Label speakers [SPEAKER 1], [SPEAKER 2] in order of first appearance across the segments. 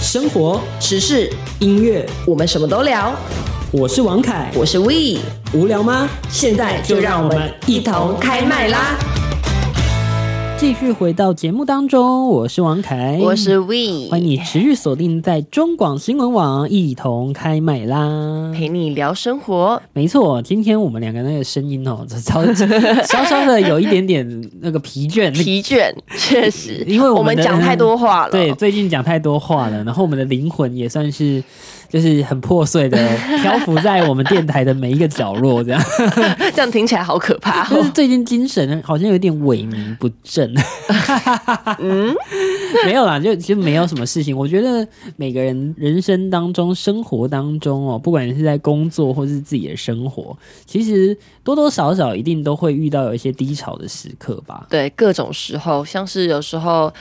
[SPEAKER 1] 生活、
[SPEAKER 2] 时事，
[SPEAKER 1] 音乐，
[SPEAKER 2] 我们什么都聊。
[SPEAKER 1] 我是王凯。
[SPEAKER 2] 我是 We，
[SPEAKER 1] 无聊吗？
[SPEAKER 2] 现在就让我们一同开麦啦！
[SPEAKER 1] 继续回到节目当中，我是王凯，
[SPEAKER 2] 我是 We，
[SPEAKER 1] 欢迎你持续锁定在中广新闻网，一同开麦啦！
[SPEAKER 2] 陪你聊生活，
[SPEAKER 1] 没错，今天我们两个那个声音哦，这稍稍稍的有一点点那个疲倦，
[SPEAKER 2] 疲倦，确实，
[SPEAKER 1] 哎因为
[SPEAKER 2] 我
[SPEAKER 1] 我
[SPEAKER 2] 们
[SPEAKER 1] 们的
[SPEAKER 2] 讲太多话了。
[SPEAKER 1] 对，，最近讲太多话了，然后我们的灵魂也算是就是很破碎的漂浮在我们电台的每一个角落，这样。
[SPEAKER 2] 这样听起来好可怕
[SPEAKER 1] 但
[SPEAKER 2] 哦。
[SPEAKER 1] 是最近精神好像有点萎靡不 振。
[SPEAKER 2] 嗯
[SPEAKER 1] 没有啦，就其实没有什么事情。我觉得每个人人生当中、生活当中哦，不管是在工作或是自己的生活，其实多多少少一定都会遇到有一些低潮的时刻吧。
[SPEAKER 2] 对，各种时候，像是有时候，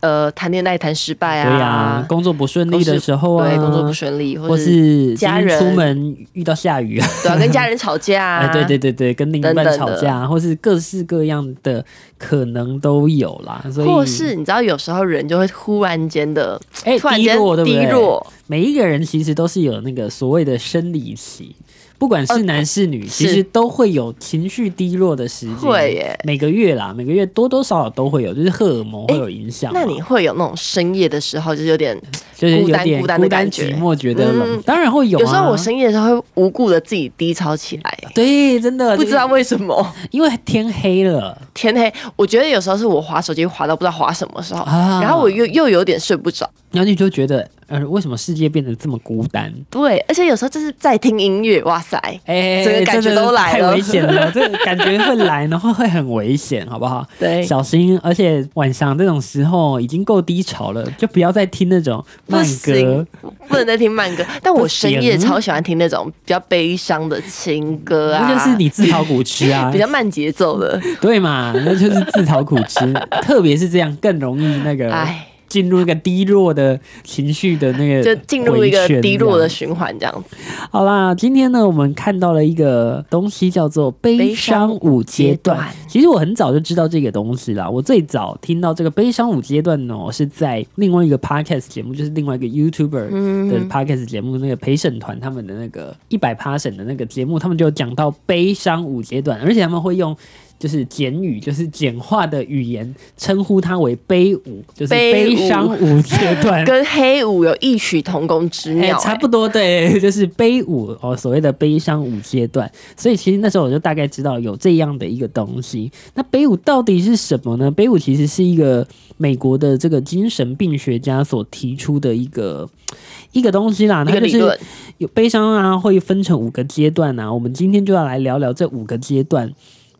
[SPEAKER 2] 呃，谈恋爱谈失败
[SPEAKER 1] 对呀、
[SPEAKER 2] 啊，
[SPEAKER 1] 工作不顺利的时候啊，
[SPEAKER 2] 对，工作不顺利，
[SPEAKER 1] 或
[SPEAKER 2] 或是
[SPEAKER 1] 是今
[SPEAKER 2] 家
[SPEAKER 1] 天
[SPEAKER 2] 人
[SPEAKER 1] 出门遇到下雨啊，
[SPEAKER 2] 对啊，跟家人吵架啊，
[SPEAKER 1] 哎， 对对对对，跟另一
[SPEAKER 2] 等
[SPEAKER 1] 半
[SPEAKER 2] 等
[SPEAKER 1] 吵
[SPEAKER 2] 的
[SPEAKER 1] 架啊，或是各式各样的可能都有啦。所以，
[SPEAKER 2] 或是你知道，有时候人就会忽然间的，
[SPEAKER 1] 哎、
[SPEAKER 2] 突然
[SPEAKER 1] 低
[SPEAKER 2] 间
[SPEAKER 1] 落，对不对？
[SPEAKER 2] 低落，
[SPEAKER 1] 每一个人其实都是有那个所谓的生理期，不管是男是女，其
[SPEAKER 2] 呃是
[SPEAKER 1] 实都会有情绪低落的时间。
[SPEAKER 2] 会耶哎
[SPEAKER 1] 每个月啦，每个月多多少少都会有，就是荷尔蒙会有影响嘛、
[SPEAKER 2] 那你会有那种深夜的时候，就是有点，
[SPEAKER 1] 就是有
[SPEAKER 2] 孤单
[SPEAKER 1] 点
[SPEAKER 2] 孤单的
[SPEAKER 1] 孤单
[SPEAKER 2] 感觉
[SPEAKER 1] 寂寞，觉得冷，
[SPEAKER 2] 嗯
[SPEAKER 1] 当然会有、啊。
[SPEAKER 2] 有时候我深夜的时候会无故的自己低潮起来，
[SPEAKER 1] 对，真的
[SPEAKER 2] 不知道，为什么。
[SPEAKER 1] 因为天黑了。
[SPEAKER 2] 呃天黑，我觉得有时候是我滑手机滑到不知道滑什么时候，
[SPEAKER 1] 啊
[SPEAKER 2] 然后我又又有点睡不着。
[SPEAKER 1] 然后你就觉得，呃，为什么世界变得这么孤单？
[SPEAKER 2] 对，而且有时候就是在听音乐，哇塞，
[SPEAKER 1] 哎、
[SPEAKER 2] 整个感觉
[SPEAKER 1] 真的
[SPEAKER 2] 都来了
[SPEAKER 1] 太危险了，这个感觉会 来，然后会很危险，好不好？
[SPEAKER 2] 对
[SPEAKER 1] 小心！而且晚上这种时候已经够低潮了，就不要再听那种
[SPEAKER 2] 不
[SPEAKER 1] 慢
[SPEAKER 2] 行
[SPEAKER 1] 歌。，
[SPEAKER 2] 不能再听慢 歌。但我深夜
[SPEAKER 1] 不行
[SPEAKER 2] 超喜欢听那种比较悲伤的情歌啊，
[SPEAKER 1] 那就是你自讨苦吃啊
[SPEAKER 2] 比，较慢节奏的，
[SPEAKER 1] 对嘛？那就是自讨苦 吃，特别是这样更容易那个
[SPEAKER 2] 哎，
[SPEAKER 1] 进入一个低落的情绪的那个，
[SPEAKER 2] 就进入一个低落的
[SPEAKER 1] 的。
[SPEAKER 2] 循环这样子。
[SPEAKER 1] 好啦，今天呢，我们看到了一个东西叫做悲伤五阶
[SPEAKER 2] 悲伤
[SPEAKER 1] 段
[SPEAKER 2] 五阶。
[SPEAKER 1] 其实我很早就知道这个东西啦。我最早听到这个悲伤五阶段呢，我是在另外一个 podcast 节目，就是另外一个 YouTuber 的
[SPEAKER 2] 嗯
[SPEAKER 1] podcast 节目，那个陪审团他们的那个一百 p a s 的那个节目，他们就有讲到悲伤五阶段，而且他们会用。就是简语，就是简化的语言，称呼它为悲五，就是
[SPEAKER 2] 悲
[SPEAKER 1] 悲
[SPEAKER 2] 五
[SPEAKER 1] 伤五阶段，
[SPEAKER 2] 跟黑舞有异曲同工之
[SPEAKER 1] 哎、
[SPEAKER 2] 妙、
[SPEAKER 1] 差
[SPEAKER 2] 哎
[SPEAKER 1] 不多，对， 就是悲舞哦，所谓的悲伤舞阶段。所以其实那时候我就大概知道有这样的一个东西。那悲舞到底是什么呢？悲舞其实是一个美国的这个精神病学家所提出的一个一个东西啦，
[SPEAKER 2] 哎一
[SPEAKER 1] 它
[SPEAKER 2] 个
[SPEAKER 1] 就
[SPEAKER 2] 理
[SPEAKER 1] 是
[SPEAKER 2] 论，
[SPEAKER 1] 有悲伤啊，会分成五个阶段啊。我们今天就要来聊聊这五个阶段。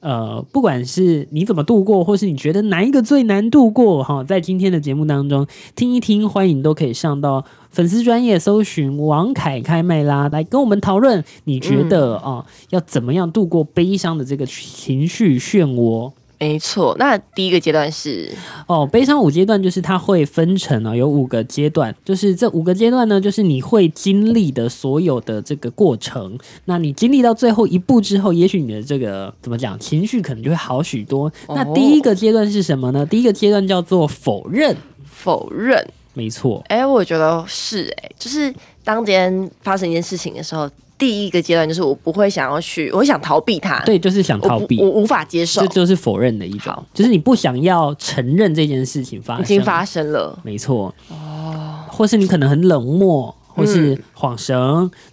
[SPEAKER 1] 呃，不管是你怎么度过，或是你觉得哪一个最难度过，哈，在今天的节目当中听一听，欢迎都可以上到粉丝专业搜寻王凯开麦啦，来跟我们讨论，你觉得啊、哦要怎么样度过悲伤的这个情绪漩涡？
[SPEAKER 2] 没错。那第一个阶段是
[SPEAKER 1] 哦，悲伤五阶段就是它会分成哦，有五个阶段，就是这五个阶段呢，就是你会经历的所有的这个过程。那你经历到最后一步之后，也许你的这个怎么讲，情绪可能就会好许多。那
[SPEAKER 2] 哦
[SPEAKER 1] 第一个阶段是什么呢？第一个阶段叫做否认，
[SPEAKER 2] 否认。
[SPEAKER 1] 没错，
[SPEAKER 2] 哎、我觉得是哎、就是当今天发生一件事情的时候，第一个阶段就是我不会想要去，我会想逃避它，
[SPEAKER 1] 对，就是想
[SPEAKER 2] 我不，
[SPEAKER 1] 逃避
[SPEAKER 2] 我。无法接受
[SPEAKER 1] 这，就是否认的一种
[SPEAKER 2] 好，
[SPEAKER 1] 就是你不想要承认这件事情发生，
[SPEAKER 2] 已经发生了。
[SPEAKER 1] 没错。哦，或是你可能很冷漠，或
[SPEAKER 2] 嗯
[SPEAKER 1] 是晃神，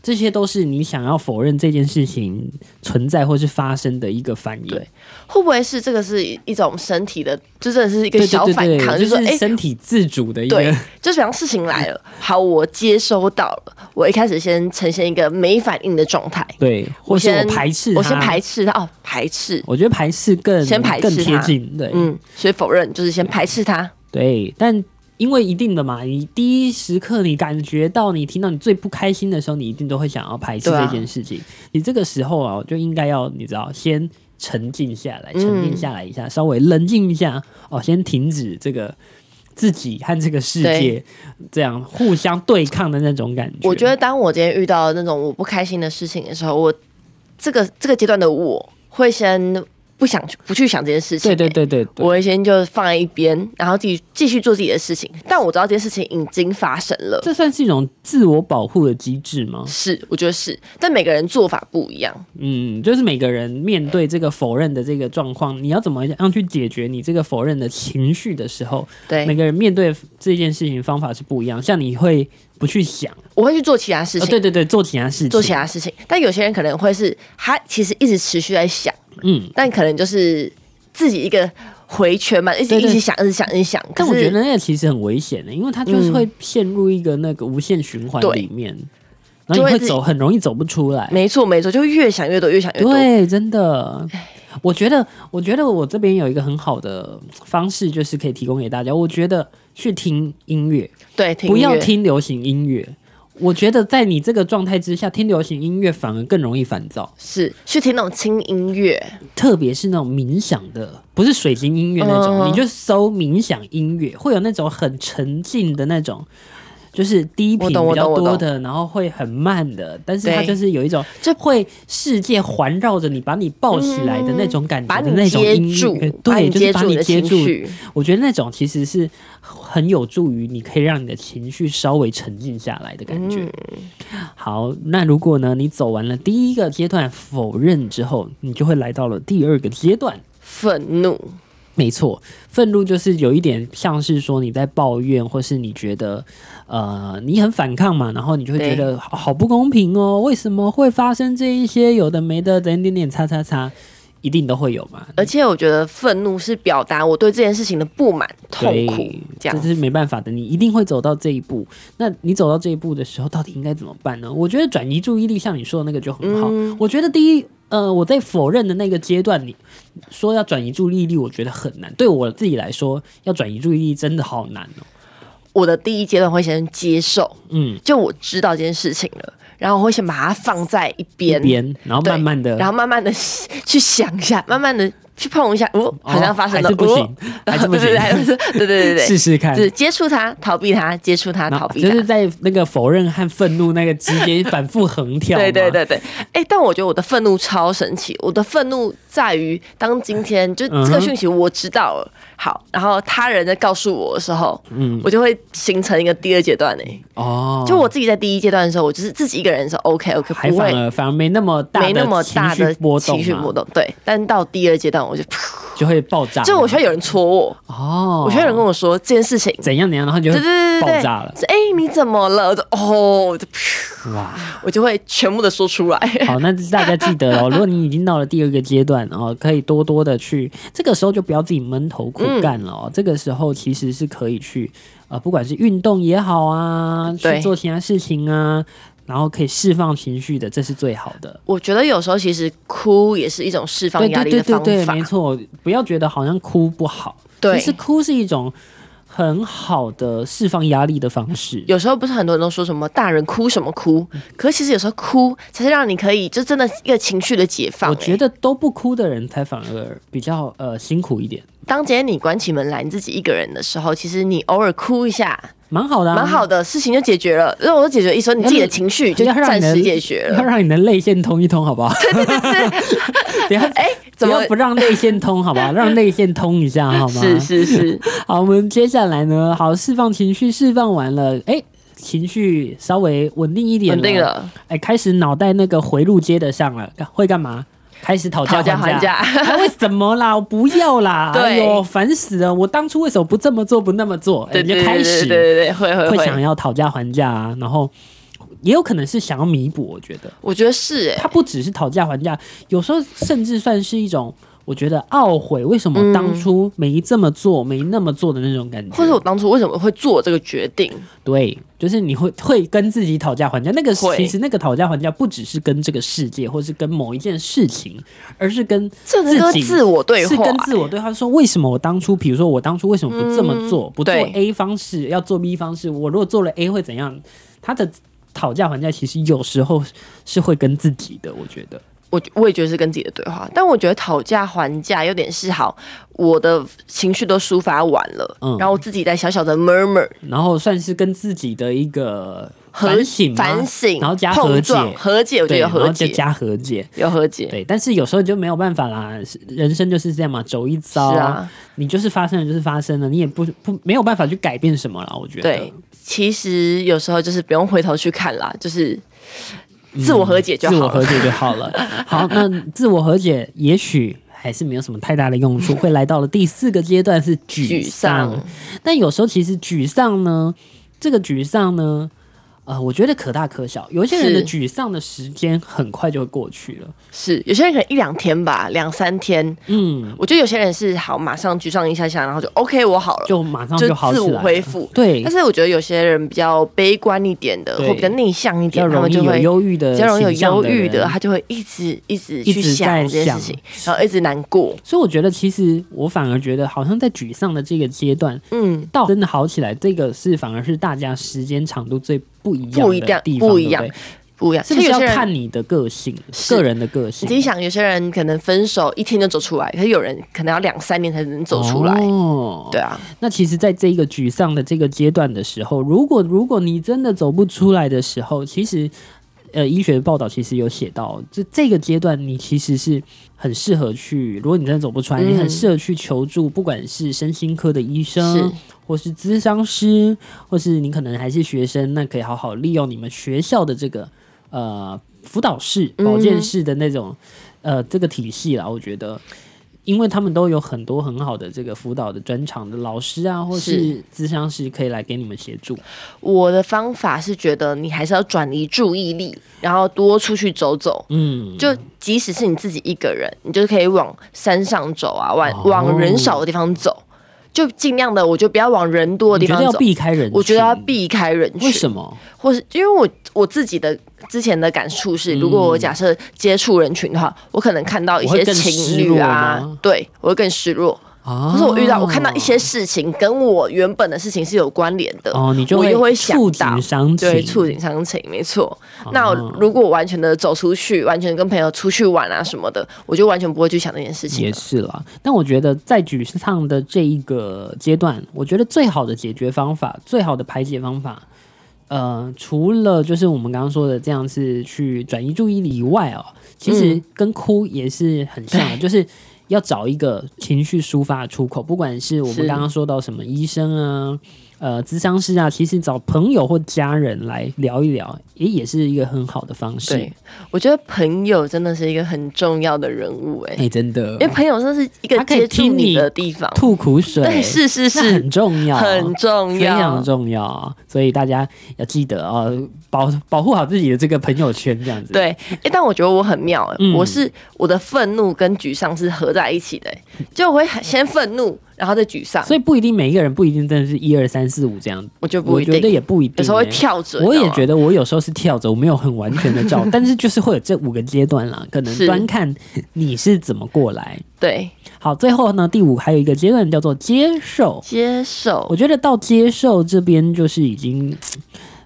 [SPEAKER 1] 这些都是你想要否认这件事情存在或是发生的一个反应。
[SPEAKER 2] 对会不会是这个是一种身体的，就真的是一个
[SPEAKER 1] 对
[SPEAKER 2] 小
[SPEAKER 1] 对
[SPEAKER 2] 反
[SPEAKER 1] 对
[SPEAKER 2] 抗，
[SPEAKER 1] 对，就是
[SPEAKER 2] 说哎、
[SPEAKER 1] 是身体自主的一个
[SPEAKER 2] 对，就是比方事情来了，好，我接收到了，我一开始先呈现一个没反应的状态，
[SPEAKER 1] 对，或是我
[SPEAKER 2] 先
[SPEAKER 1] 排斥，
[SPEAKER 2] 我先排，斥它，哦，排斥，
[SPEAKER 1] 我觉得排斥更
[SPEAKER 2] 先排斥
[SPEAKER 1] 更贴
[SPEAKER 2] 它
[SPEAKER 1] 近，对，
[SPEAKER 2] 嗯，所以否认就是先排斥它，
[SPEAKER 1] 对，但因为一定的嘛，你第一时刻你感觉到你听到你最不开心的时候，你一定都会想要排斥
[SPEAKER 2] 对
[SPEAKER 1] 这
[SPEAKER 2] 啊
[SPEAKER 1] 件事情。你这个时候啊，就应该要你知道先。沉静下来，沉静下来一下，稍微冷静一下哦，先停止这个自己和这个世界这样互相对抗的那种感觉。
[SPEAKER 2] 我觉得当我今天遇到那种我不开心的事情的时候，我这个这个阶段的我会先不想去不去想这件事情、欸
[SPEAKER 1] 对对对对对，
[SPEAKER 2] 我会先就放在一边，然后自己继续做自己的事情。但我知道这件事情已经发生了，
[SPEAKER 1] 这算是一种自我保护的机制吗？
[SPEAKER 2] 是，我觉得是。但每个人做法不一样，
[SPEAKER 1] 嗯，就是每个人面对这个否认的这个状况，你要怎么样去解决你这个否认的情绪的时候，每
[SPEAKER 2] 对，
[SPEAKER 1] 个人面对这件事情方法是不一样。像你会不去想，
[SPEAKER 2] 我会去做其他事
[SPEAKER 1] 哦、
[SPEAKER 2] 情，
[SPEAKER 1] 对对对，做其他事情，
[SPEAKER 2] 做其他事情。但有些人可能会是他其实一直持续在想，
[SPEAKER 1] 嗯。
[SPEAKER 2] 但可能就是自己一个回圈嘛，一直
[SPEAKER 1] 对
[SPEAKER 2] 一
[SPEAKER 1] 对
[SPEAKER 2] 直想，一直想，一直想。可
[SPEAKER 1] 但我
[SPEAKER 2] 是
[SPEAKER 1] 觉得那个其实很危险的，欸因为它就是会陷入一个那个无限循环
[SPEAKER 2] 嗯对
[SPEAKER 1] 里面，然后你会
[SPEAKER 2] 就会自己
[SPEAKER 1] 走很容易走不出来。
[SPEAKER 2] 没错没错，就越想越多，越想越多。
[SPEAKER 1] 对，真的。我觉得，我觉得我这边有一个很好的方式，就是可以提供给大家。我觉得去听音乐，
[SPEAKER 2] 对，听
[SPEAKER 1] 不
[SPEAKER 2] 音
[SPEAKER 1] 要
[SPEAKER 2] 乐
[SPEAKER 1] 听流行音乐。我觉得在你这个状态之下，听流行音乐反而更容易烦躁，
[SPEAKER 2] 是去听那种轻音乐，
[SPEAKER 1] 特别是那种冥想的，不是水晶音乐那种，
[SPEAKER 2] 嗯
[SPEAKER 1] 你就搜冥想音乐，会有那种很沉静的那种。就是低频
[SPEAKER 2] 我懂
[SPEAKER 1] 比
[SPEAKER 2] 我
[SPEAKER 1] 较
[SPEAKER 2] 懂
[SPEAKER 1] 多
[SPEAKER 2] 我
[SPEAKER 1] 的，然后会很慢的，但是它
[SPEAKER 2] 对
[SPEAKER 1] 就是有一种，就会世界环绕着你，把你抱起来的那种感觉
[SPEAKER 2] 把
[SPEAKER 1] 的那
[SPEAKER 2] 你
[SPEAKER 1] 种
[SPEAKER 2] 接
[SPEAKER 1] 音
[SPEAKER 2] 住
[SPEAKER 1] 乐，，
[SPEAKER 2] 嗯把
[SPEAKER 1] 对，
[SPEAKER 2] 你
[SPEAKER 1] 就是
[SPEAKER 2] 接
[SPEAKER 1] 把
[SPEAKER 2] 住你
[SPEAKER 1] 你
[SPEAKER 2] 的
[SPEAKER 1] 接
[SPEAKER 2] 情
[SPEAKER 1] 住。
[SPEAKER 2] 绪。
[SPEAKER 1] 我觉得那种其实是很有助于你可以让你的情绪稍微沉静下来的感
[SPEAKER 2] 嗯
[SPEAKER 1] 觉。好，那如果呢，你走完了第一个阶段否认之后，你就会来到了第二个阶段。
[SPEAKER 2] 愤怒，
[SPEAKER 1] 没错，愤怒就是有一点像是说你在抱怨，或是你觉得呃你很反抗嘛，然后你就会觉得好好不公平哦，为什么会发生这一些有的没的，等点点叉叉叉，一定都会有嘛。
[SPEAKER 2] 而且我觉得愤怒是表达我对这件事情的不满、痛
[SPEAKER 1] 对，
[SPEAKER 2] 苦，这样
[SPEAKER 1] 这是没办法的，你一定会走到这一步。那你走到这一步的时候，到底应该怎么办呢？我觉得转移注意力，像你说的那个就很好。
[SPEAKER 2] 嗯
[SPEAKER 1] 我觉得第一，呃，我在否认的那个阶段，你说要转移注意力，我觉得很难。对我自己来说，要转移注意力真的好难哦。
[SPEAKER 2] 我的第一阶段会先接受，
[SPEAKER 1] 嗯，
[SPEAKER 2] 就我知道这件事情了，然后我会先把它放在一
[SPEAKER 1] 一
[SPEAKER 2] 边，
[SPEAKER 1] 边，然后
[SPEAKER 2] 对
[SPEAKER 1] 慢慢的，
[SPEAKER 2] 然后慢慢的去想一下，慢慢的去碰一下，哦，
[SPEAKER 1] 哦
[SPEAKER 2] 好像发生了，
[SPEAKER 1] 还是不
[SPEAKER 2] 哦
[SPEAKER 1] 行，还是不行
[SPEAKER 2] 对，对对对对对对
[SPEAKER 1] 试试看
[SPEAKER 2] 就。是接触它，逃避它，接触它，
[SPEAKER 1] 然
[SPEAKER 2] 逃
[SPEAKER 1] 后
[SPEAKER 2] 避
[SPEAKER 1] 就
[SPEAKER 2] 它。
[SPEAKER 1] 是在那个否认和愤怒那个之间反复横跳嘛，
[SPEAKER 2] 对对对对，哎、但我觉得我的愤怒超神奇，我的愤怒在于当今天就这
[SPEAKER 1] 嗯
[SPEAKER 2] 个
[SPEAKER 1] 哼
[SPEAKER 2] 讯息我知道了，好，然后他人在告诉我的时候，
[SPEAKER 1] 嗯
[SPEAKER 2] 我就会形成一个第二阶段诶、哎
[SPEAKER 1] 哦，
[SPEAKER 2] 就我自己在第一阶段的时候，我就是自己一个人的时候 OK OK
[SPEAKER 1] 还
[SPEAKER 2] 不
[SPEAKER 1] 反
[SPEAKER 2] 会。
[SPEAKER 1] 而反而没那么大
[SPEAKER 2] 没那么
[SPEAKER 1] 的
[SPEAKER 2] 大
[SPEAKER 1] 情
[SPEAKER 2] 的
[SPEAKER 1] 绪波动
[SPEAKER 2] 情
[SPEAKER 1] 嘛，
[SPEAKER 2] 绪波动，对。但到第二阶段，我就噗
[SPEAKER 1] 就会爆炸。
[SPEAKER 2] 就我需要有人戳我，
[SPEAKER 1] 哦，
[SPEAKER 2] 我需要有人跟我说这件事情，
[SPEAKER 1] 怎样怎样，然后就
[SPEAKER 2] 对对对对
[SPEAKER 1] 爆
[SPEAKER 2] 对，
[SPEAKER 1] 炸了。
[SPEAKER 2] 是哎、你怎么了？我就哦，我就噗
[SPEAKER 1] 哇，
[SPEAKER 2] 我就会全部的说出来。
[SPEAKER 1] 好，那大家记 得哦，如果你已经到了第二个阶段哦，可以多多的去，这个时候就不要自己闷头苦
[SPEAKER 2] 嗯
[SPEAKER 1] 干了哦。这个时候其实是可以去呃，不管是运动也好啊，去
[SPEAKER 2] 对
[SPEAKER 1] 做其他事情啊，然后可以释放情绪的，这是最好的。
[SPEAKER 2] 我觉得有时候其实哭也是一种释放
[SPEAKER 1] 对
[SPEAKER 2] 压
[SPEAKER 1] 对
[SPEAKER 2] 力的
[SPEAKER 1] 对
[SPEAKER 2] 方
[SPEAKER 1] 对
[SPEAKER 2] 法。
[SPEAKER 1] 对，没错，不要觉得好像哭不好，
[SPEAKER 2] 对
[SPEAKER 1] 其实哭是一种很好的释放压力的方式。
[SPEAKER 2] 有时候不是很多人都说什么大人哭什么哭，可是其实有时候哭才是让你可以就真的一个情绪的解放、
[SPEAKER 1] 我觉
[SPEAKER 2] 欸
[SPEAKER 1] 得都不哭的人才反而比较呃辛苦一点，
[SPEAKER 2] 当今天你关起门来你自己一个人的时候，其实你偶尔哭一下，
[SPEAKER 1] 蛮好的、啊，
[SPEAKER 2] 蛮好的事情就解决了。如果我解决一说你自己的情绪就
[SPEAKER 1] 要让
[SPEAKER 2] 暂
[SPEAKER 1] 你的
[SPEAKER 2] 时解决
[SPEAKER 1] 要
[SPEAKER 2] 了，
[SPEAKER 1] 让你的泪腺通一通，好不好？对对 对，不要哎，
[SPEAKER 2] 怎么
[SPEAKER 1] 不要不让泪腺通，好 吧？让泪腺通一下，好吗？
[SPEAKER 2] 是是是，
[SPEAKER 1] 好，我们接下来呢，好，释放情绪，释放完了，哎。情绪稍微稳定一点
[SPEAKER 2] 稳定，了，
[SPEAKER 1] 哎，开始脑袋那个回路接得上了，会干嘛？开始讨价
[SPEAKER 2] 讨价还
[SPEAKER 1] 还
[SPEAKER 2] 价。
[SPEAKER 1] 啊为什么 啦？我不要啦！
[SPEAKER 2] 对
[SPEAKER 1] 哎呦，烦死了！我当初为什么不这么做，不那么做？哎
[SPEAKER 2] 对
[SPEAKER 1] 你就
[SPEAKER 2] 对
[SPEAKER 1] 开
[SPEAKER 2] 对对对
[SPEAKER 1] 始
[SPEAKER 2] 对对，会会
[SPEAKER 1] 会想
[SPEAKER 2] 会，
[SPEAKER 1] 要讨价还价啊，然后也有可能是想要弥补。我觉得
[SPEAKER 2] 我觉得是哎、
[SPEAKER 1] 它不只是讨价还价，有时候甚至算是一种我觉得懊悔，为什么当初没这么做，没那么做的那种感觉。
[SPEAKER 2] 或者我当初为什么会做这个决定？
[SPEAKER 1] 对，就是你会会跟自己讨价还价。那个
[SPEAKER 2] 会
[SPEAKER 1] 其实那个讨价还价不只是跟这个世界，或是跟某一件事情，而是跟
[SPEAKER 2] 这能跟
[SPEAKER 1] 自己
[SPEAKER 2] 自我对
[SPEAKER 1] 是
[SPEAKER 2] 话、
[SPEAKER 1] 跟自我对话，说为什么我当初，比如说我当初为什么不这么做，不做
[SPEAKER 2] 嗯对
[SPEAKER 1] A 方式，要做 B 方式？我如果做了 A 会怎样？他的讨价还价其实有时候是会跟自己的，我觉得
[SPEAKER 2] 我我也觉得是跟自己的对话，但我觉得讨价还价有点是好，我的情绪都抒发完了，
[SPEAKER 1] 嗯
[SPEAKER 2] 然后我自己在小小的 murmur
[SPEAKER 1] 然后算是跟自己的一个
[SPEAKER 2] 和
[SPEAKER 1] 反省吗
[SPEAKER 2] 反省，
[SPEAKER 1] 然后加和
[SPEAKER 2] 碰
[SPEAKER 1] 解，
[SPEAKER 2] 撞和解，我觉
[SPEAKER 1] 对，
[SPEAKER 2] 得有
[SPEAKER 1] 然后
[SPEAKER 2] 和
[SPEAKER 1] 就
[SPEAKER 2] 解，
[SPEAKER 1] 加和解。
[SPEAKER 2] 有和解，
[SPEAKER 1] 对，但是有时候你就没有办法啦，是人生就是这样嘛，走一
[SPEAKER 2] 是
[SPEAKER 1] 遭，
[SPEAKER 2] 啊，
[SPEAKER 1] 你就是发生了就是发生了，你也不不没有办法去改变什么啦，我觉得。
[SPEAKER 2] 对，其实有时候就是不用回头去看啦，就是自我和解就
[SPEAKER 1] 嗯自
[SPEAKER 2] 好
[SPEAKER 1] 我
[SPEAKER 2] 了。
[SPEAKER 1] 和解就好了。好，那自我和解也许还是没有什么太大的用处，会来到了第四个阶段是沮
[SPEAKER 2] 沮
[SPEAKER 1] 丧
[SPEAKER 2] 丧。
[SPEAKER 1] 但有时候其实沮丧呢，这个沮丧呢，呃，我觉得可大可小。有一些人的
[SPEAKER 2] 是
[SPEAKER 1] 沮丧的时间很快就会过去了。
[SPEAKER 2] 是有些人可能一两天吧，两三天，
[SPEAKER 1] 嗯，
[SPEAKER 2] 我觉得有些人是好马上沮丧一下下，然后就 OK 我好了，
[SPEAKER 1] 就马上
[SPEAKER 2] 就
[SPEAKER 1] 好起
[SPEAKER 2] 自
[SPEAKER 1] 来
[SPEAKER 2] 我
[SPEAKER 1] 了。
[SPEAKER 2] 恢复。
[SPEAKER 1] 对
[SPEAKER 2] 但，是我觉得有些人比较悲观一点的，
[SPEAKER 1] 对
[SPEAKER 2] 或比较内向一
[SPEAKER 1] 比较
[SPEAKER 2] 点，他
[SPEAKER 1] 容
[SPEAKER 2] 们
[SPEAKER 1] 易
[SPEAKER 2] 就
[SPEAKER 1] 有
[SPEAKER 2] 会
[SPEAKER 1] 忧郁的，
[SPEAKER 2] 比较容易有忧郁
[SPEAKER 1] 的
[SPEAKER 2] 的，
[SPEAKER 1] 人。
[SPEAKER 2] 他就会一直一直
[SPEAKER 1] 一
[SPEAKER 2] 去
[SPEAKER 1] 直在
[SPEAKER 2] 想这件
[SPEAKER 1] 想
[SPEAKER 2] 事情，然后一直难过。
[SPEAKER 1] 所以我觉得，其实我反而觉得，好像在沮丧的这个阶段，
[SPEAKER 2] 嗯，
[SPEAKER 1] 到真的好起来，这个是反而是大家时间长度最不一样
[SPEAKER 2] 不一
[SPEAKER 1] 的
[SPEAKER 2] 样
[SPEAKER 1] 地方，
[SPEAKER 2] 不一样
[SPEAKER 1] 对不对
[SPEAKER 2] 不一样。
[SPEAKER 1] 是不是
[SPEAKER 2] 所以有
[SPEAKER 1] 要
[SPEAKER 2] 些人
[SPEAKER 1] 看你的个性，
[SPEAKER 2] 是
[SPEAKER 1] 个人的个性
[SPEAKER 2] 你自己想，有些人可能分手一天就走出来，可是有人可能要两三年才能走出来。
[SPEAKER 1] 哦，
[SPEAKER 2] 对啊，
[SPEAKER 1] 那其实，在这一个沮丧的这个阶段的时候，如果如果你真的走不出来的时候，其实，呃，医学报道其实有写到，这这个阶段你其实是很适合去，如果你真的走不出来，
[SPEAKER 2] 嗯
[SPEAKER 1] 你很适合去求助，不管是身心科的医生
[SPEAKER 2] 是，
[SPEAKER 1] 或是咨商师，或是你可能还是学生，那可以好好利用你们学校的这个呃辅导室、
[SPEAKER 2] 嗯
[SPEAKER 1] 保健室的那种、呃这个体系啦，我觉得。因为他们都有很多很好的这个辅导的专长的老师啊，或是咨商师可以来给你们协助。
[SPEAKER 2] 我的方法是觉得你还是要转移注意力，然后多出去走走。
[SPEAKER 1] 嗯，
[SPEAKER 2] 就即使是你自己一个人，你就是可以往山上走啊，
[SPEAKER 1] 哦
[SPEAKER 2] 往往人少的地方走，就尽量的，我就不要往人多的
[SPEAKER 1] 你
[SPEAKER 2] 地
[SPEAKER 1] 觉
[SPEAKER 2] 方
[SPEAKER 1] 得要
[SPEAKER 2] 走。
[SPEAKER 1] 避开人群，
[SPEAKER 2] 我觉得要避开人群，
[SPEAKER 1] 为什么？
[SPEAKER 2] 或是因为我我自己的之前的感触是，如果我假设接触人群的话，我可能看到一
[SPEAKER 1] 我会
[SPEAKER 2] 些
[SPEAKER 1] 更失
[SPEAKER 2] 情
[SPEAKER 1] 落
[SPEAKER 2] 侣啊
[SPEAKER 1] 吗，哦
[SPEAKER 2] 对我会更失落。
[SPEAKER 1] 啊
[SPEAKER 2] 可是我遇到我看到一些事情跟我原本的事情是有关联的，
[SPEAKER 1] 哦，你就
[SPEAKER 2] 我就会想
[SPEAKER 1] 触
[SPEAKER 2] 到
[SPEAKER 1] 景伤情，
[SPEAKER 2] 对，触景伤情，没错。那我
[SPEAKER 1] 哦
[SPEAKER 2] 如果我完全的走出去，完全跟朋友出去玩啊什么的，我就完全不会去想那件事情
[SPEAKER 1] 也
[SPEAKER 2] 了。
[SPEAKER 1] 是啦，但我觉得在沮丧的这一个阶段，我觉得最好的解决方法，最好的排解方法，呃，除了就是我们刚刚说的这样是去转移注意力以外哦，其实
[SPEAKER 2] 嗯
[SPEAKER 1] 跟哭也是很像 的，就是要找一个情绪抒发的出口，不管是我们
[SPEAKER 2] 是
[SPEAKER 1] 刚刚说到什么医生啊。呃，咨商师啊，其实找朋友或家人来聊一聊，也也是一个很好的方式。
[SPEAKER 2] 对，我觉得朋友真的是一个很重要的人物、哎、
[SPEAKER 1] 哎、真的，
[SPEAKER 2] 因为朋友真的是一个
[SPEAKER 1] 他可以
[SPEAKER 2] 接触
[SPEAKER 1] 听你
[SPEAKER 2] 你的地方。
[SPEAKER 1] 吐苦水，
[SPEAKER 2] 对，是是
[SPEAKER 1] 那
[SPEAKER 2] 是
[SPEAKER 1] 很，重要，啊
[SPEAKER 2] 很重
[SPEAKER 1] 非常
[SPEAKER 2] 要。
[SPEAKER 1] 重要，所以大家要记得哦，保保护好自己的这个朋友圈，这样子。，
[SPEAKER 2] 对，哎、但我觉得我很妙、哎、
[SPEAKER 1] 嗯
[SPEAKER 2] 我是我的愤怒跟沮丧是合在一起的、哎就我会很先愤怒，然后再沮丧，
[SPEAKER 1] 所以不一定每一个人不一定真的是一二三四五这样，
[SPEAKER 2] 我觉得不
[SPEAKER 1] 我
[SPEAKER 2] 一
[SPEAKER 1] 觉得
[SPEAKER 2] 定，
[SPEAKER 1] 也不一定、
[SPEAKER 2] 有时候会
[SPEAKER 1] 欸。
[SPEAKER 2] 跳准。
[SPEAKER 1] 我
[SPEAKER 2] 你
[SPEAKER 1] 也
[SPEAKER 2] 知道吗
[SPEAKER 1] 觉得我有时候是跳着，我没有很完全的 照，但是就是会有这五个阶段啦，可能
[SPEAKER 2] 是
[SPEAKER 1] 端看你是怎么过来。
[SPEAKER 2] 对，
[SPEAKER 1] 好，最后呢，第五还有一个阶段叫做接受，
[SPEAKER 2] 接受
[SPEAKER 1] 我觉得到接受这边就是已经。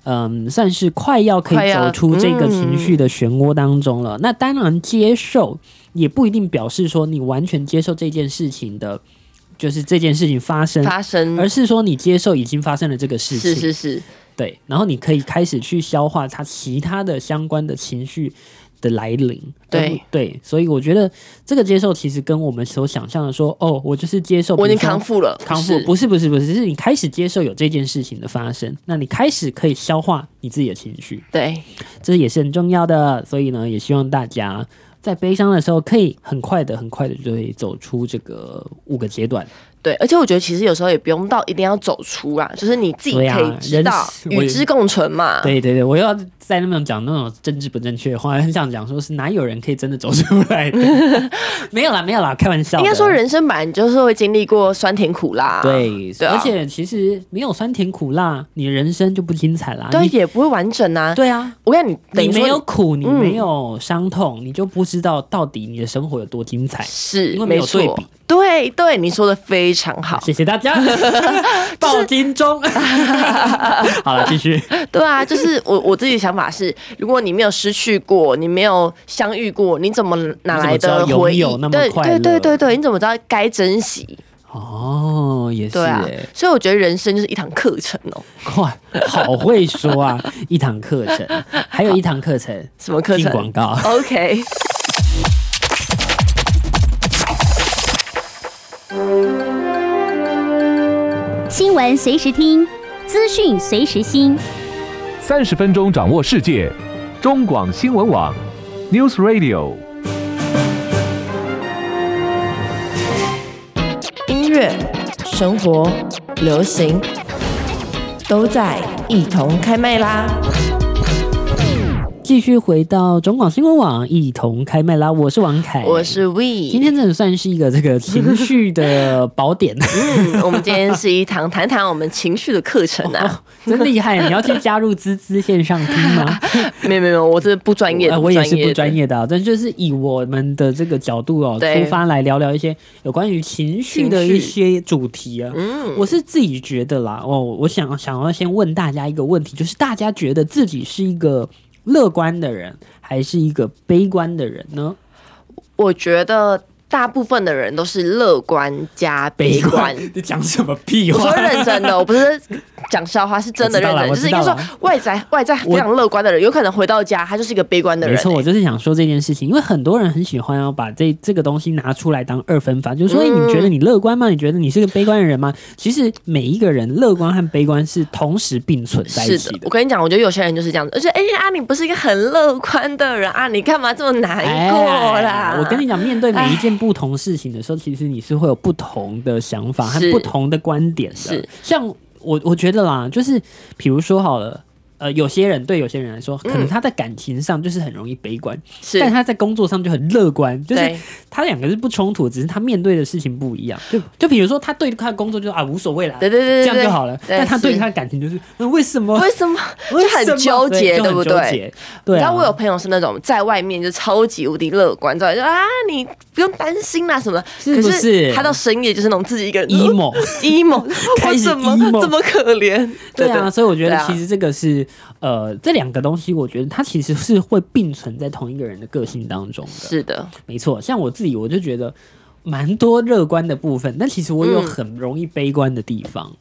[SPEAKER 1] 嗯，算是快要可
[SPEAKER 2] 快
[SPEAKER 1] 以
[SPEAKER 2] 要嗯
[SPEAKER 1] 走出这个情绪的漩涡当中了。那当然，接受也不一定表示说你完全接受这件事情的，就是这件事情发生，
[SPEAKER 2] 发生
[SPEAKER 1] 而是说你接受已经发生了这个事情，
[SPEAKER 2] 是是是，
[SPEAKER 1] 对，然后你可以开始去消化它其他的相关的情绪的来临。
[SPEAKER 2] 对
[SPEAKER 1] 而对，所以我觉得这个接受其实跟我们所想象的说，哦，我就是接受，
[SPEAKER 2] 我已
[SPEAKER 1] 比
[SPEAKER 2] 经
[SPEAKER 1] 如说
[SPEAKER 2] 康复了，
[SPEAKER 1] 康复
[SPEAKER 2] 是
[SPEAKER 1] 不是不是不是，是你开始接受有这件事情的发生，那你开始可以消化你自己的情绪，
[SPEAKER 2] 对，
[SPEAKER 1] 这也是很重要的。所以呢，也希望大家在悲伤的时候，可以很快的、很快的就可以走出这个五个阶段。
[SPEAKER 2] 对，而且我觉得其实有时候也不用到一定要走出啊，就是你自己
[SPEAKER 1] 对啊
[SPEAKER 2] 可以知
[SPEAKER 1] 人
[SPEAKER 2] 道
[SPEAKER 1] 是我
[SPEAKER 2] 与
[SPEAKER 1] 也
[SPEAKER 2] 之共存嘛。
[SPEAKER 1] 对对对，我又要在那种讲那种政治不正确的话，很想讲说是哪有人可以真的走出来 的？没有啦，没有啦，开玩笑的。
[SPEAKER 2] 应该说人生本来你就是会经历过酸甜苦辣，
[SPEAKER 1] 对，
[SPEAKER 2] 对啊
[SPEAKER 1] 而且其实没有酸甜苦辣，你人生就不精彩啦。
[SPEAKER 2] 对，
[SPEAKER 1] 啊你
[SPEAKER 2] 也不会完整啊。
[SPEAKER 1] 对啊，
[SPEAKER 2] 我跟你讲，等
[SPEAKER 1] 你
[SPEAKER 2] 于说
[SPEAKER 1] 没有苦，你
[SPEAKER 2] 嗯
[SPEAKER 1] 没有伤痛，你就不知道到底你的生活有多精彩。
[SPEAKER 2] 是
[SPEAKER 1] 因为没
[SPEAKER 2] 没
[SPEAKER 1] 有对
[SPEAKER 2] 错
[SPEAKER 1] 比，
[SPEAKER 2] 对对，你说的非非常好。
[SPEAKER 1] 谢谢大 家，报金 钟。好了，继续。
[SPEAKER 2] 对啊，就是我我自己的想法是，如果你没有失去过，你没有相遇过，你怎么哪来的
[SPEAKER 1] 你怎么知道
[SPEAKER 2] 回忆
[SPEAKER 1] 拥有那？么
[SPEAKER 2] 对
[SPEAKER 1] 快
[SPEAKER 2] 对
[SPEAKER 1] 乐
[SPEAKER 2] 对对对，你怎么知道该珍惜？
[SPEAKER 1] 哦，也是
[SPEAKER 2] 对啊
[SPEAKER 1] 耶，，
[SPEAKER 2] 所以我觉得人生就是一堂课程哦、
[SPEAKER 1] 哇，好会说啊！一堂课程，还有一堂课程，
[SPEAKER 2] 什么课
[SPEAKER 1] 进
[SPEAKER 2] 程？
[SPEAKER 1] 广告。
[SPEAKER 2] OK，
[SPEAKER 3] 新闻随时听，资讯随时新。
[SPEAKER 4] 三十分钟掌握世界，中广新闻网，News Radio。
[SPEAKER 2] 音乐、生活、流行都在一同开麦啦！
[SPEAKER 1] 继续回到中广新闻网，一同开麦啦！我是王凯，
[SPEAKER 2] 我是 We，
[SPEAKER 1] 今天真的算是一个这个情绪的宝 典，
[SPEAKER 2] 嗯，我们今天是一堂谈谈我们情绪的课程 啊。
[SPEAKER 1] 真厉害！你要去加入滋滋线上听吗？
[SPEAKER 2] 没有没有没有，我这不专业的、
[SPEAKER 1] 呃我也是不
[SPEAKER 2] 的
[SPEAKER 1] 专。业的啊、但就是以我们的这个角度哦，
[SPEAKER 2] 对
[SPEAKER 1] 出发来聊聊一些有关于情绪的一些主题啊。
[SPEAKER 2] 嗯，
[SPEAKER 1] 我是自己觉得啦，哦，我想想要先问大家一个问题，就是大家觉得自己是一个乐观的人，还是一个悲观的人呢？
[SPEAKER 2] 我觉得大部分的人都是乐观加悲观。，
[SPEAKER 1] 你讲什么屁
[SPEAKER 2] 我
[SPEAKER 1] 话
[SPEAKER 2] 说？认真 的，我不是讲笑话，是真的认真。
[SPEAKER 1] 我知
[SPEAKER 2] 就是
[SPEAKER 1] 道
[SPEAKER 2] 应该
[SPEAKER 1] 啦我
[SPEAKER 2] 说
[SPEAKER 1] 知道
[SPEAKER 2] 外在外在非常乐观的人，有可能回到家他就是一个悲观的人、欸
[SPEAKER 1] 没错，我就是想说这件事情，因为很多人很喜欢要把这这个东西拿出来当二分法，就是说，哎、
[SPEAKER 2] 嗯
[SPEAKER 1] 你觉得你乐观吗？你觉得你是个悲观的人吗？其实每一个人乐观和悲观是同时并存在一
[SPEAKER 2] 是
[SPEAKER 1] 起
[SPEAKER 2] 的，
[SPEAKER 1] 的
[SPEAKER 2] 我。跟你讲，我觉得有些人就是这样子，而且哎、啊，你不是一个很乐观的人啊，你干嘛这么难过啦？
[SPEAKER 1] 哎我跟你讲，面对每一件不同事情的时候，其实你是会有不同的想法和
[SPEAKER 2] 是
[SPEAKER 1] 不同的观点的。
[SPEAKER 2] 是
[SPEAKER 1] 像我我觉得啦，就是比如说好了。呃，有些人对有些人来说，可能
[SPEAKER 2] 嗯
[SPEAKER 1] 他在感情上就是很容易悲观，
[SPEAKER 2] 是
[SPEAKER 1] 但他在工作上就很乐观，就是
[SPEAKER 2] 对
[SPEAKER 1] 他两个是不冲突，只是他面对的事情不一样。就就比如说，他对他的工作就是啊无所谓啦，
[SPEAKER 2] 对对对对
[SPEAKER 1] 这样就好了。
[SPEAKER 2] 对
[SPEAKER 1] 但他对
[SPEAKER 2] 是
[SPEAKER 1] 他的感情就是，嗯，为什么？
[SPEAKER 2] 为什么
[SPEAKER 1] 为
[SPEAKER 2] 就很
[SPEAKER 1] 什
[SPEAKER 2] 纠
[SPEAKER 1] 么
[SPEAKER 2] 结，
[SPEAKER 1] 就
[SPEAKER 2] 对
[SPEAKER 1] 很
[SPEAKER 2] 不
[SPEAKER 1] 纠
[SPEAKER 2] 对？
[SPEAKER 1] 结？对
[SPEAKER 2] 你知道
[SPEAKER 1] 啊，
[SPEAKER 2] 我有朋友是那种在外面就超级无敌乐观，知道就啊你不用担心啦什么的，
[SPEAKER 1] 是不
[SPEAKER 2] 可
[SPEAKER 1] 是
[SPEAKER 2] 他到深夜就是那种自己一个人
[SPEAKER 1] emo。
[SPEAKER 2] emo，
[SPEAKER 1] 开
[SPEAKER 2] 我
[SPEAKER 1] 始
[SPEAKER 2] 怎么
[SPEAKER 1] emo
[SPEAKER 2] 这么可怜？
[SPEAKER 1] 对啊，所以我觉
[SPEAKER 2] 对
[SPEAKER 1] 得
[SPEAKER 2] 啊
[SPEAKER 1] 其实这个是、呃，这两个东西，我觉得它其实是会并存在同一个人的个性当中的。
[SPEAKER 2] 是的，
[SPEAKER 1] 没错，像我自己，我就觉得蛮多乐观的部分，但其实我有
[SPEAKER 2] 嗯
[SPEAKER 1] 很容易悲观的地方。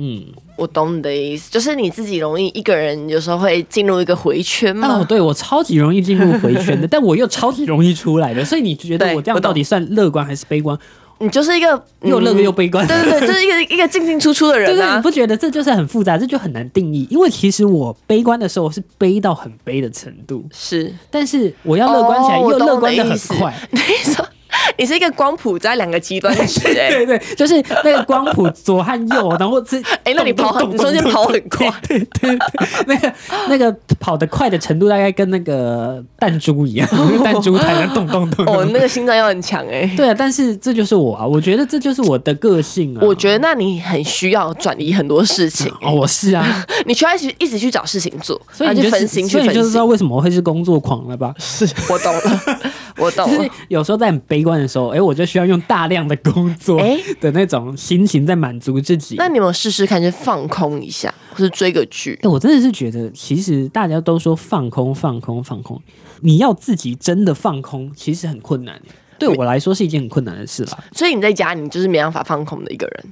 [SPEAKER 1] 嗯，
[SPEAKER 2] 我懂你的意思，就是你自己容易一个人有时候会进入一个回圈
[SPEAKER 1] 哦
[SPEAKER 2] 嘛，。
[SPEAKER 1] 对我超级容易进入回圈的， 但我又超级容易出来的，所以你觉得
[SPEAKER 2] 对
[SPEAKER 1] 我这样
[SPEAKER 2] 我懂
[SPEAKER 1] 到底算乐观还是悲观？
[SPEAKER 2] 你就是一个
[SPEAKER 1] 又乐
[SPEAKER 2] 嗯
[SPEAKER 1] 又悲观。
[SPEAKER 2] 对对对，就是一个一个进进出出的
[SPEAKER 1] 对对，
[SPEAKER 2] 人
[SPEAKER 1] 你
[SPEAKER 2] 啊。
[SPEAKER 1] 不觉得这就是很复杂，这就很难定义？因为其实我悲观的时候是悲到很悲的程度，
[SPEAKER 2] 是，
[SPEAKER 1] 但是我要乐观起来
[SPEAKER 2] 哦我
[SPEAKER 1] 又
[SPEAKER 2] 懂
[SPEAKER 1] 乐观的
[SPEAKER 2] 你的
[SPEAKER 1] 很
[SPEAKER 2] 意思
[SPEAKER 1] 快。
[SPEAKER 2] 你说 你是一个光谱在两个极端值 哎、
[SPEAKER 1] 对对，就是那个光谱左和右，然后这
[SPEAKER 2] 哎那你跑很你中间跑很快，
[SPEAKER 1] 对对对，那个那个跑得快的程度大概跟那个弹珠一 样，弹珠台的咚咚咚。
[SPEAKER 2] 哦，那个心脏要很强哎、
[SPEAKER 1] 对啊，但是这就是我啊，我觉得这就是我的个性啊。
[SPEAKER 2] 我觉得那你很需要转移很多事情，
[SPEAKER 1] 哦，我是 啊，
[SPEAKER 2] 你需要一直一直去找事情做，
[SPEAKER 1] 所以
[SPEAKER 2] 然
[SPEAKER 1] 你
[SPEAKER 2] 后
[SPEAKER 1] 就
[SPEAKER 2] 去
[SPEAKER 1] 是
[SPEAKER 2] 分心去
[SPEAKER 1] 所以你就
[SPEAKER 2] 分
[SPEAKER 1] 知道
[SPEAKER 2] 心。
[SPEAKER 1] 为什么我会是工作狂了吧？
[SPEAKER 2] 我懂 了，我懂
[SPEAKER 1] 就是
[SPEAKER 2] 了。
[SPEAKER 1] 有时候在很悲观的时候，哎、我就需要用大量的工作
[SPEAKER 2] 哎
[SPEAKER 1] 的那种心情在满足自己。
[SPEAKER 2] 那你有没有试试看，就放空一下，或是追个剧？
[SPEAKER 1] 哎，我真的是觉得，其实大家都说放空、放空、放空，你要自己真的放空，其实很困难。欸对我来说是一件很困难的事啦。
[SPEAKER 2] 所以你在家，你就是没办法放空的一个人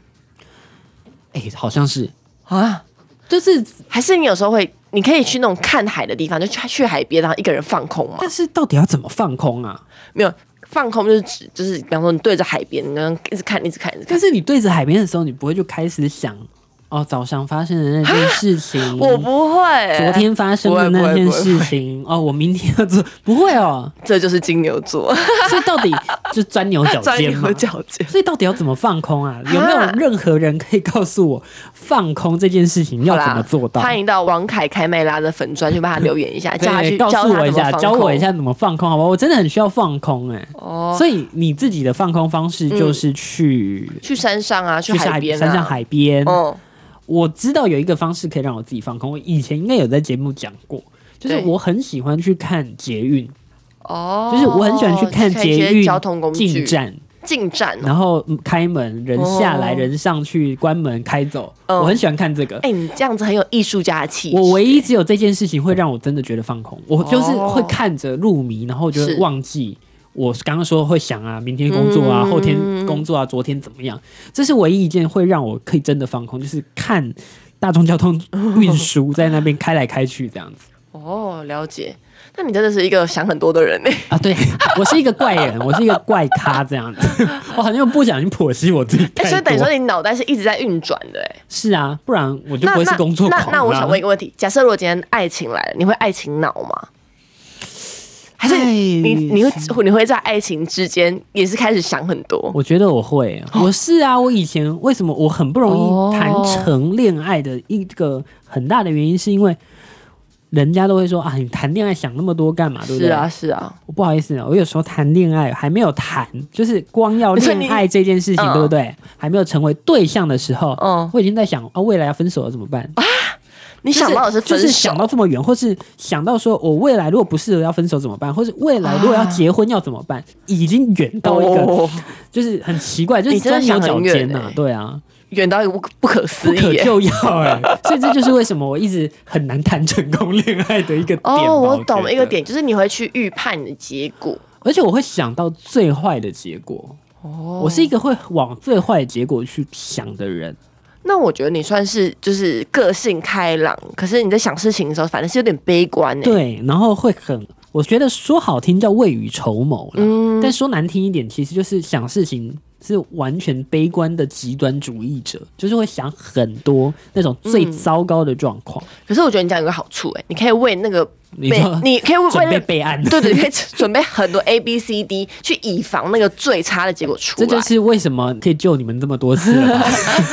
[SPEAKER 1] 哎、好像是，
[SPEAKER 2] 啊。
[SPEAKER 1] 就是，
[SPEAKER 2] 还是你有时候会，你可以去那种看海的地方，就去去海边，然后一个人放空嘛
[SPEAKER 1] 但。是到底要怎么放空啊？
[SPEAKER 2] 没有放空，就是指就是，比方说你对着海边，你刚刚一直看，一直看，一直看
[SPEAKER 1] 但。是你对着海边的时候，你不会就开始想哦，早上发生的那件事情，
[SPEAKER 2] 我不会、
[SPEAKER 1] 昨天发生的
[SPEAKER 2] 不
[SPEAKER 1] 那
[SPEAKER 2] 会
[SPEAKER 1] 件
[SPEAKER 2] 不会
[SPEAKER 1] 事情，哦，我明天要做，不会 哦。
[SPEAKER 2] 这就是金牛座，
[SPEAKER 1] 所以到底就钻牛角
[SPEAKER 2] 钻
[SPEAKER 1] 尖嘛
[SPEAKER 2] 牛。角尖。
[SPEAKER 1] 所以到底要怎么放空啊？有没有任何人可以告诉我放空这件事情要
[SPEAKER 2] 好啦
[SPEAKER 1] 怎么做到？
[SPEAKER 2] 欢迎到王凯开麦拉的粉砖去帮他留言一下，叫他
[SPEAKER 1] 对，
[SPEAKER 2] 去
[SPEAKER 1] 告
[SPEAKER 2] 教
[SPEAKER 1] 诉
[SPEAKER 2] 他
[SPEAKER 1] 我一下，
[SPEAKER 2] 怎么放
[SPEAKER 1] 教
[SPEAKER 2] 空
[SPEAKER 1] 我一。下怎么放空，好吧？我真的很需要放空哎、
[SPEAKER 2] 哦，
[SPEAKER 1] 所以你自己的放空方式就是去、
[SPEAKER 2] 去山上啊，去
[SPEAKER 1] 去
[SPEAKER 2] 海边、啊，
[SPEAKER 1] 山上。海边。
[SPEAKER 2] 嗯，
[SPEAKER 1] 我知道有一个方式可以让我自己放空，我以前应该有在节目讲过，就是
[SPEAKER 2] 对
[SPEAKER 1] 我很喜欢去看捷运，
[SPEAKER 2] 哦，
[SPEAKER 1] 就是我很喜欢去看
[SPEAKER 2] 一
[SPEAKER 1] 捷
[SPEAKER 2] 些
[SPEAKER 1] 运
[SPEAKER 2] 交通工具
[SPEAKER 1] 进站。
[SPEAKER 2] 进站哦。
[SPEAKER 1] 然后嗯开门，人下来，
[SPEAKER 2] 哦
[SPEAKER 1] 人上去，关门，开走。
[SPEAKER 2] 嗯
[SPEAKER 1] 我很喜欢看这个。
[SPEAKER 2] 哎、你这样子很有艺术家的气质。
[SPEAKER 1] 我唯一只有这件事情会让我真的觉得放空，我就是会看着入迷，然后就会
[SPEAKER 2] 是
[SPEAKER 1] 忘记我刚刚说会想啊，明天工作啊，
[SPEAKER 2] 嗯
[SPEAKER 1] 后天工作啊，昨天怎么样？这是唯一一件会让我可以真的放空，就是看大众交通运输在那边开来开去这样子
[SPEAKER 2] 哦，了解。那你真的是一个想很多的人欸呢、
[SPEAKER 1] 啊。对我是一个怪人，我是一个怪咖这样子，我好像不小心剖析我自己
[SPEAKER 2] 哎、
[SPEAKER 1] 太
[SPEAKER 2] 所以等于
[SPEAKER 1] 多
[SPEAKER 2] 说你脑袋是一直在运转的哎、
[SPEAKER 1] 是啊，不然我就
[SPEAKER 2] 那
[SPEAKER 1] 不会是工作
[SPEAKER 2] 那
[SPEAKER 1] 狂
[SPEAKER 2] 那那我
[SPEAKER 1] 啦
[SPEAKER 2] 想问一个问题：假设如果今天爱情来了，你会爱情脑吗？还是你你
[SPEAKER 1] 爱
[SPEAKER 2] 你会你会在爱情之间也是开始想很多？
[SPEAKER 1] 我觉得我会，
[SPEAKER 2] 哦
[SPEAKER 1] 我是啊，我以前为什么我很不容易谈成恋爱的一个很大的原因，是因为人家都会说啊，你谈恋爱想那么多干嘛，对不
[SPEAKER 2] 是
[SPEAKER 1] 对？
[SPEAKER 2] 啊，是啊，
[SPEAKER 1] 我不好意思，哦我有时候谈恋爱还没有谈，就是光要恋爱这件事情，
[SPEAKER 2] 你
[SPEAKER 1] 对不对？还没有成为对象的时候，
[SPEAKER 2] 嗯
[SPEAKER 1] 我已经在想啊，未来要分手了怎么办？
[SPEAKER 2] 你想到的是
[SPEAKER 1] 就
[SPEAKER 2] 分
[SPEAKER 1] 是
[SPEAKER 2] 手
[SPEAKER 1] 想，到这么远，或是想到说我未来如果不适合要分手怎么办，或是未来如果要结婚要怎么办，已经远到一个
[SPEAKER 2] 啊哦
[SPEAKER 1] 就是很奇怪，就是
[SPEAKER 2] 你真的
[SPEAKER 1] 钻牛角尖
[SPEAKER 2] 想很
[SPEAKER 1] 呐、
[SPEAKER 2] 远欸
[SPEAKER 1] 对啊，
[SPEAKER 2] 远到一个不不可
[SPEAKER 1] 不
[SPEAKER 2] 思
[SPEAKER 1] 可
[SPEAKER 2] 议、欸。
[SPEAKER 1] 救药哎、 所以这就是为什么我一直很难谈成功恋爱的一个点吧。
[SPEAKER 2] 哦，我
[SPEAKER 1] 觉
[SPEAKER 2] 懂了
[SPEAKER 1] 得
[SPEAKER 2] 一个，点，就是你会去预判你的结果。
[SPEAKER 1] 而且我会想到最坏的结果。
[SPEAKER 2] 哦
[SPEAKER 1] 我是一个会往最坏的结果去想的人，
[SPEAKER 2] 那我觉得你算是就是个性开朗，可是你在想事情的时候，反正是有点悲观欸诶、
[SPEAKER 1] 对，然后会很，我觉得说好听叫未雨绸缪啦，
[SPEAKER 2] 嗯
[SPEAKER 1] 但说难听一点，其实就是想事情是完全悲观的极端主义者，就是会想很多那种
[SPEAKER 2] 嗯
[SPEAKER 1] 最糟糕的状况。
[SPEAKER 2] 可是我觉得你这样有个好处欸诶、你可以为那个
[SPEAKER 1] 你
[SPEAKER 2] 被
[SPEAKER 1] 说
[SPEAKER 2] 你可以为为
[SPEAKER 1] 准备
[SPEAKER 2] 那个
[SPEAKER 1] 备案，
[SPEAKER 2] 对对，你可以准备很多 A B C D 去以防那个最差的结果出
[SPEAKER 1] 这
[SPEAKER 2] 来。
[SPEAKER 1] 就是为什么可以救你们这么多次了 吧，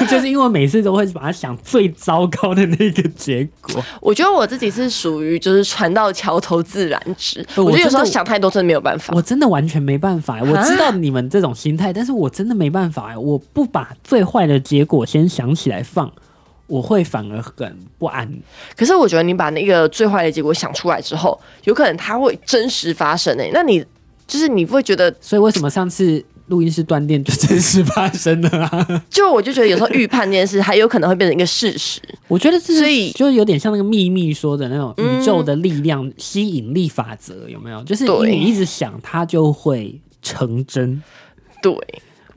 [SPEAKER 1] 就是因为我每次都会把它想最糟糕的那个结果。
[SPEAKER 2] 我觉得我自己是属于就是船到桥头自然直，
[SPEAKER 1] 呃我
[SPEAKER 2] 我觉得有时候
[SPEAKER 1] 真的
[SPEAKER 2] 想太多真的没有办法。
[SPEAKER 1] 我真的完全没办法，我知道你们这种心态，但是我真的没办法，我不把最坏的结果先想起来放，我会反而很不安。
[SPEAKER 2] 可是我觉得你把那个最坏的结果想出来之后，有可能它会真实发生诶、那你就是你会觉得，
[SPEAKER 1] 所以为什么上次录音室断电就真实发生了 啊？
[SPEAKER 2] 就我就觉得有时候预判这件事，还有可能会变成一个事实。
[SPEAKER 1] 我觉得这
[SPEAKER 2] 所
[SPEAKER 1] 是
[SPEAKER 2] 以
[SPEAKER 1] 就有点像那个秘密说的那种宇宙的力量、吸引力法则，有没有？就是
[SPEAKER 2] 对
[SPEAKER 1] 你一直想，它就会成真。
[SPEAKER 2] 对。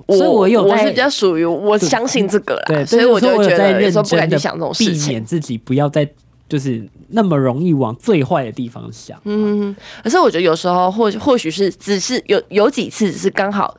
[SPEAKER 1] 所以我有
[SPEAKER 2] 我
[SPEAKER 1] 在
[SPEAKER 2] 是比较属于我相信这个啦，
[SPEAKER 1] 对，
[SPEAKER 2] 所以我
[SPEAKER 1] 就
[SPEAKER 2] 就是
[SPEAKER 1] 说我
[SPEAKER 2] 会觉
[SPEAKER 1] 有在
[SPEAKER 2] 得有
[SPEAKER 1] 认
[SPEAKER 2] 时候
[SPEAKER 1] 真
[SPEAKER 2] 不
[SPEAKER 1] 地
[SPEAKER 2] 敢去想这种事
[SPEAKER 1] 避
[SPEAKER 2] 情
[SPEAKER 1] 免。自己不要再就是那么容易往最坏的地方想。
[SPEAKER 2] 嗯可是我觉得有时候或或许是只是有有几次只是刚好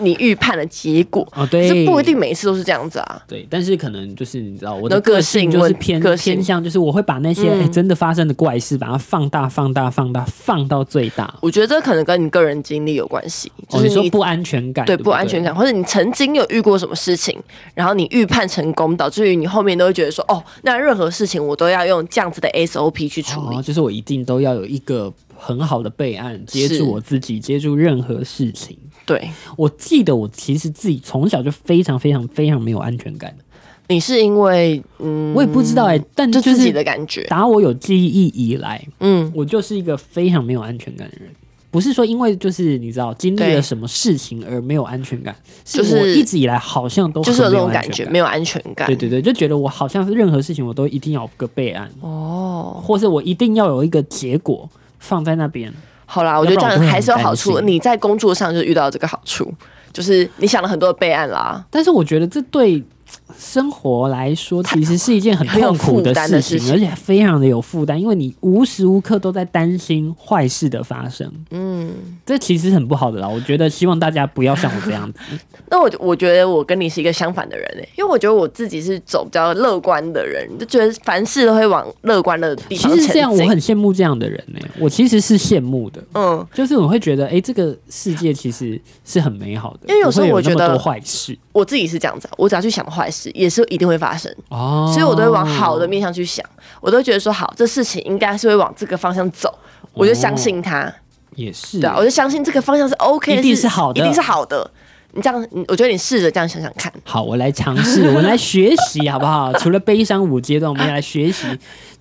[SPEAKER 2] 你预判的结果，
[SPEAKER 1] 哦，
[SPEAKER 2] 可
[SPEAKER 1] 对，
[SPEAKER 2] 是不一定。每一次都是这样子啊。
[SPEAKER 1] 对，但是可能就是你知道，我的
[SPEAKER 2] 那个
[SPEAKER 1] 个性
[SPEAKER 2] 性
[SPEAKER 1] 就是
[SPEAKER 2] 问
[SPEAKER 1] 偏
[SPEAKER 2] 个性
[SPEAKER 1] 偏向，就是我会把那些、
[SPEAKER 2] 嗯
[SPEAKER 1] 哎真的发生的怪事，把它放大、放大、放大，放到最大。
[SPEAKER 2] 我觉得这可能跟你个人经历有关系，就
[SPEAKER 1] 哦，
[SPEAKER 2] 是
[SPEAKER 1] 你说
[SPEAKER 2] 你。
[SPEAKER 1] 不安全感，
[SPEAKER 2] 对
[SPEAKER 1] 对
[SPEAKER 2] 不安全。感，或者你曾经有遇过什么事情，然后你预判成功，导致于你后面都会觉得说，哦，那任何事情我都要用这样子的 SOP 去处理。
[SPEAKER 1] 哦，就是我一定都要有一个很好的备案，接
[SPEAKER 2] 是
[SPEAKER 1] 住我自己，接住任何事情。
[SPEAKER 2] 对，
[SPEAKER 1] 我记得我其实自己从小就非常非常非常没有安全感，
[SPEAKER 2] 你是因为嗯，
[SPEAKER 1] 我也不知道哎、但
[SPEAKER 2] 就
[SPEAKER 1] 就
[SPEAKER 2] 自己
[SPEAKER 1] 是
[SPEAKER 2] 的感觉，
[SPEAKER 1] 打我有记忆以来，
[SPEAKER 2] 嗯，
[SPEAKER 1] 我就是一个非常没有安全感的人。不是说因为就是你知道经历了
[SPEAKER 2] 对
[SPEAKER 1] 什么事情而没有安全感，
[SPEAKER 2] 就是
[SPEAKER 1] 我一直以来好像都
[SPEAKER 2] 就是有
[SPEAKER 1] 很没
[SPEAKER 2] 这
[SPEAKER 1] 有
[SPEAKER 2] 种
[SPEAKER 1] 安
[SPEAKER 2] 感
[SPEAKER 1] 全
[SPEAKER 2] 觉，没有安全感。
[SPEAKER 1] 对对对，就觉得我好像任何事情我都一定要有个备案，
[SPEAKER 2] 哦，
[SPEAKER 1] 或是我一定要有一个结果放在那边。
[SPEAKER 2] 好啦，我
[SPEAKER 1] 要
[SPEAKER 2] 觉得
[SPEAKER 1] 不
[SPEAKER 2] 这
[SPEAKER 1] 然
[SPEAKER 2] 样
[SPEAKER 1] 我会
[SPEAKER 2] 还是有
[SPEAKER 1] 很
[SPEAKER 2] 好
[SPEAKER 1] 担
[SPEAKER 2] 处。
[SPEAKER 1] 心
[SPEAKER 2] 你在工作上就遇到这个好处，就是你想了很多的备案啦，
[SPEAKER 1] 但是我觉得这对生活来说其实是一件很
[SPEAKER 2] 很有
[SPEAKER 1] 痛苦
[SPEAKER 2] 负担的
[SPEAKER 1] 事
[SPEAKER 2] 事
[SPEAKER 1] 情，
[SPEAKER 2] 情
[SPEAKER 1] 而且非常的有负担，因为你无时无刻都在担心坏事的发生。
[SPEAKER 2] 嗯，
[SPEAKER 1] 这其实很不好的啦，我觉得希望大家不要像我这 样子。
[SPEAKER 2] 那我我觉得我跟你是一个相反的人诶、因为我觉得我自己是走比较乐观的人，就觉得凡事都会往乐观的地
[SPEAKER 1] 其
[SPEAKER 2] 方前
[SPEAKER 1] 实
[SPEAKER 2] 进。
[SPEAKER 1] 这样我很羡慕这样的人呢、 我其实是羡慕的，
[SPEAKER 2] 嗯，
[SPEAKER 1] 就是我会觉得，哎、这个世界其实是很美好的，
[SPEAKER 2] 因为有时候
[SPEAKER 1] 不会
[SPEAKER 2] 我觉
[SPEAKER 1] 那么
[SPEAKER 2] 得
[SPEAKER 1] 多坏事
[SPEAKER 2] 我自己是这样子啊，我只要去想坏事，也是一定会发生，
[SPEAKER 1] 哦
[SPEAKER 2] 所以我都会往好的面向去想，我都觉得说好，这事情应该是会往这个方向走，我就相
[SPEAKER 1] 哦
[SPEAKER 2] 信它。
[SPEAKER 1] 也是
[SPEAKER 2] 对啊，我就相信这个方向是 OK 的，
[SPEAKER 1] 嗯一定是好的
[SPEAKER 2] 一定是好的。你这样，你我觉得你试着这样想想看。
[SPEAKER 1] 好，我来尝试，我们来学习好不好？除了悲伤五阶段，我们也来学习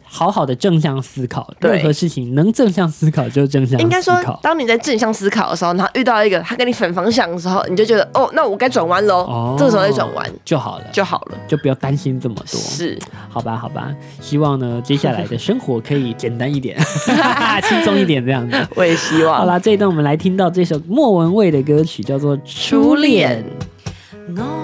[SPEAKER 1] 好好的正向思考，
[SPEAKER 2] 对
[SPEAKER 1] 任何事情能正向思考就正向
[SPEAKER 2] 应该
[SPEAKER 1] 思
[SPEAKER 2] 说
[SPEAKER 1] 考，。
[SPEAKER 2] 当你在正向思考的时候，然后遇到一个他跟你反方向的时候，你就觉得哦，那我该转弯喽。
[SPEAKER 1] 哦
[SPEAKER 2] 这个时候再转弯
[SPEAKER 1] 就好了，就
[SPEAKER 2] 就好了。
[SPEAKER 1] 就不要担心这么多。
[SPEAKER 2] 是，
[SPEAKER 1] 好吧，好吧，希望呢接下来的生活可以简单一 点，轻松一点这样子。
[SPEAKER 2] 我也希望。
[SPEAKER 1] 好啦，这一段我们来听到这首莫文蔚的歌曲，叫做《初恋》。
[SPEAKER 5] 我